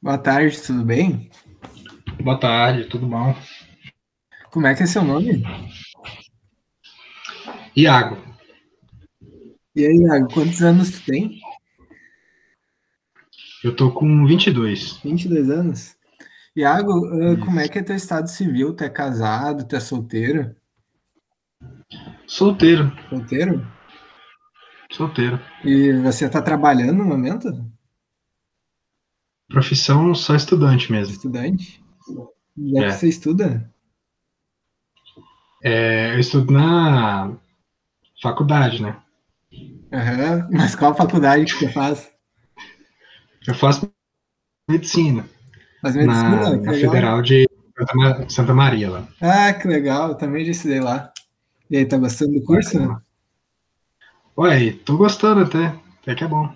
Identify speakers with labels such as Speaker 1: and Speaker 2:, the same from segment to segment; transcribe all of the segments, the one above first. Speaker 1: Boa tarde, tudo bem?
Speaker 2: Boa tarde, tudo bom?
Speaker 1: Como é que é seu nome?
Speaker 2: Iago,
Speaker 1: E aí, Iago, quantos anos tu tem?
Speaker 2: eu tô com 22.
Speaker 1: 22 anos? Iago, ah,
Speaker 2: Isso.
Speaker 1: como é que é teu estado civil? Tu é casado? Tu é solteiro?
Speaker 2: Solteiro,
Speaker 1: Solteiro?
Speaker 2: solteiro.
Speaker 1: E você tá trabalhando no momento?
Speaker 2: Profissão só estudante mesmo.
Speaker 1: Estudante? Onde é que
Speaker 2: É.
Speaker 1: você estuda?
Speaker 2: É, eu estudo na faculdade, né?
Speaker 1: Aham, Mas qual faculdade que você faz?
Speaker 2: Eu faço medicina
Speaker 1: Faz
Speaker 2: na,
Speaker 1: medicina? que
Speaker 2: na
Speaker 1: legal.
Speaker 2: Federal de Santa Ma- Santa Maria lá.
Speaker 1: Ah, que legal, eu também já estudei lá. E aí, tá gostando do curso? né?
Speaker 2: Bacana. Ué, tô gostando até, até que é bom.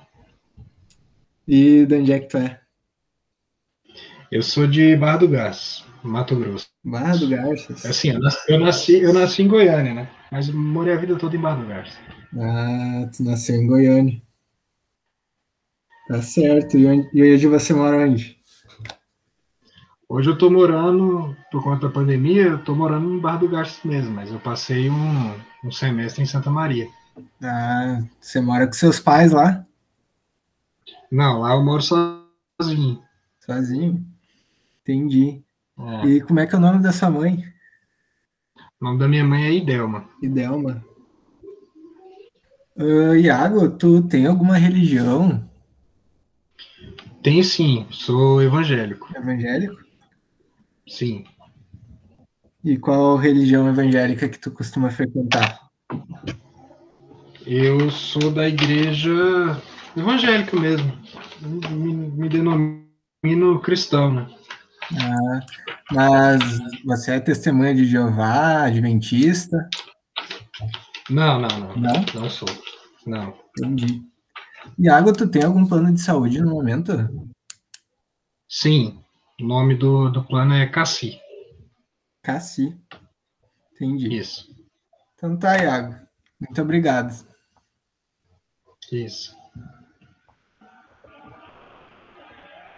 Speaker 1: E de onde é que tu é?
Speaker 2: Eu sou de Barra do Gás, Mato Grosso.
Speaker 1: Barra do Garças.
Speaker 2: Assim, eu nas- eu nasci, eu nasci, em Goiânia, né? Mas eu morei a vida toda em Barra do Gás.
Speaker 1: Ah, tu nasceu em Goiânia. Tá certo. E, onde, e hoje você mora onde?
Speaker 2: Hoje eu tô morando, por conta da pandemia, eu tô morando em Barra do Garças mesmo, mas eu passei um, um semestre em Santa Maria.
Speaker 1: Ah, você mora com seus pais lá,
Speaker 2: Não, lá eu moro sozinho.
Speaker 1: sozinho? Entendi.
Speaker 2: É,
Speaker 1: E como é que é o nome da sua mãe?
Speaker 2: o nome da minha mãe é Idelma.
Speaker 1: Idelma. Ah, Iago, tu tem alguma religião
Speaker 2: Tenho sim, sou evangélico.
Speaker 1: evangélica?
Speaker 2: Sim.
Speaker 1: E qual religião evangélica que tu costuma frequentar?
Speaker 2: Eu sou da igreja evangélica mesmo. Me, me denomino cristão, né?
Speaker 1: Ah, Mas você é testemunha de Jeová, adventista?
Speaker 2: Não, não, não.
Speaker 1: Não?
Speaker 2: Não sou. Não.
Speaker 1: Entendi. Iago, tu tem algum plano de saúde no momento?
Speaker 2: Sim. O nome do, do plano é Cassi.
Speaker 1: Cassi. Entendi.
Speaker 2: Isso.
Speaker 1: Então tá, Iago. Muito obrigado.
Speaker 2: Isso.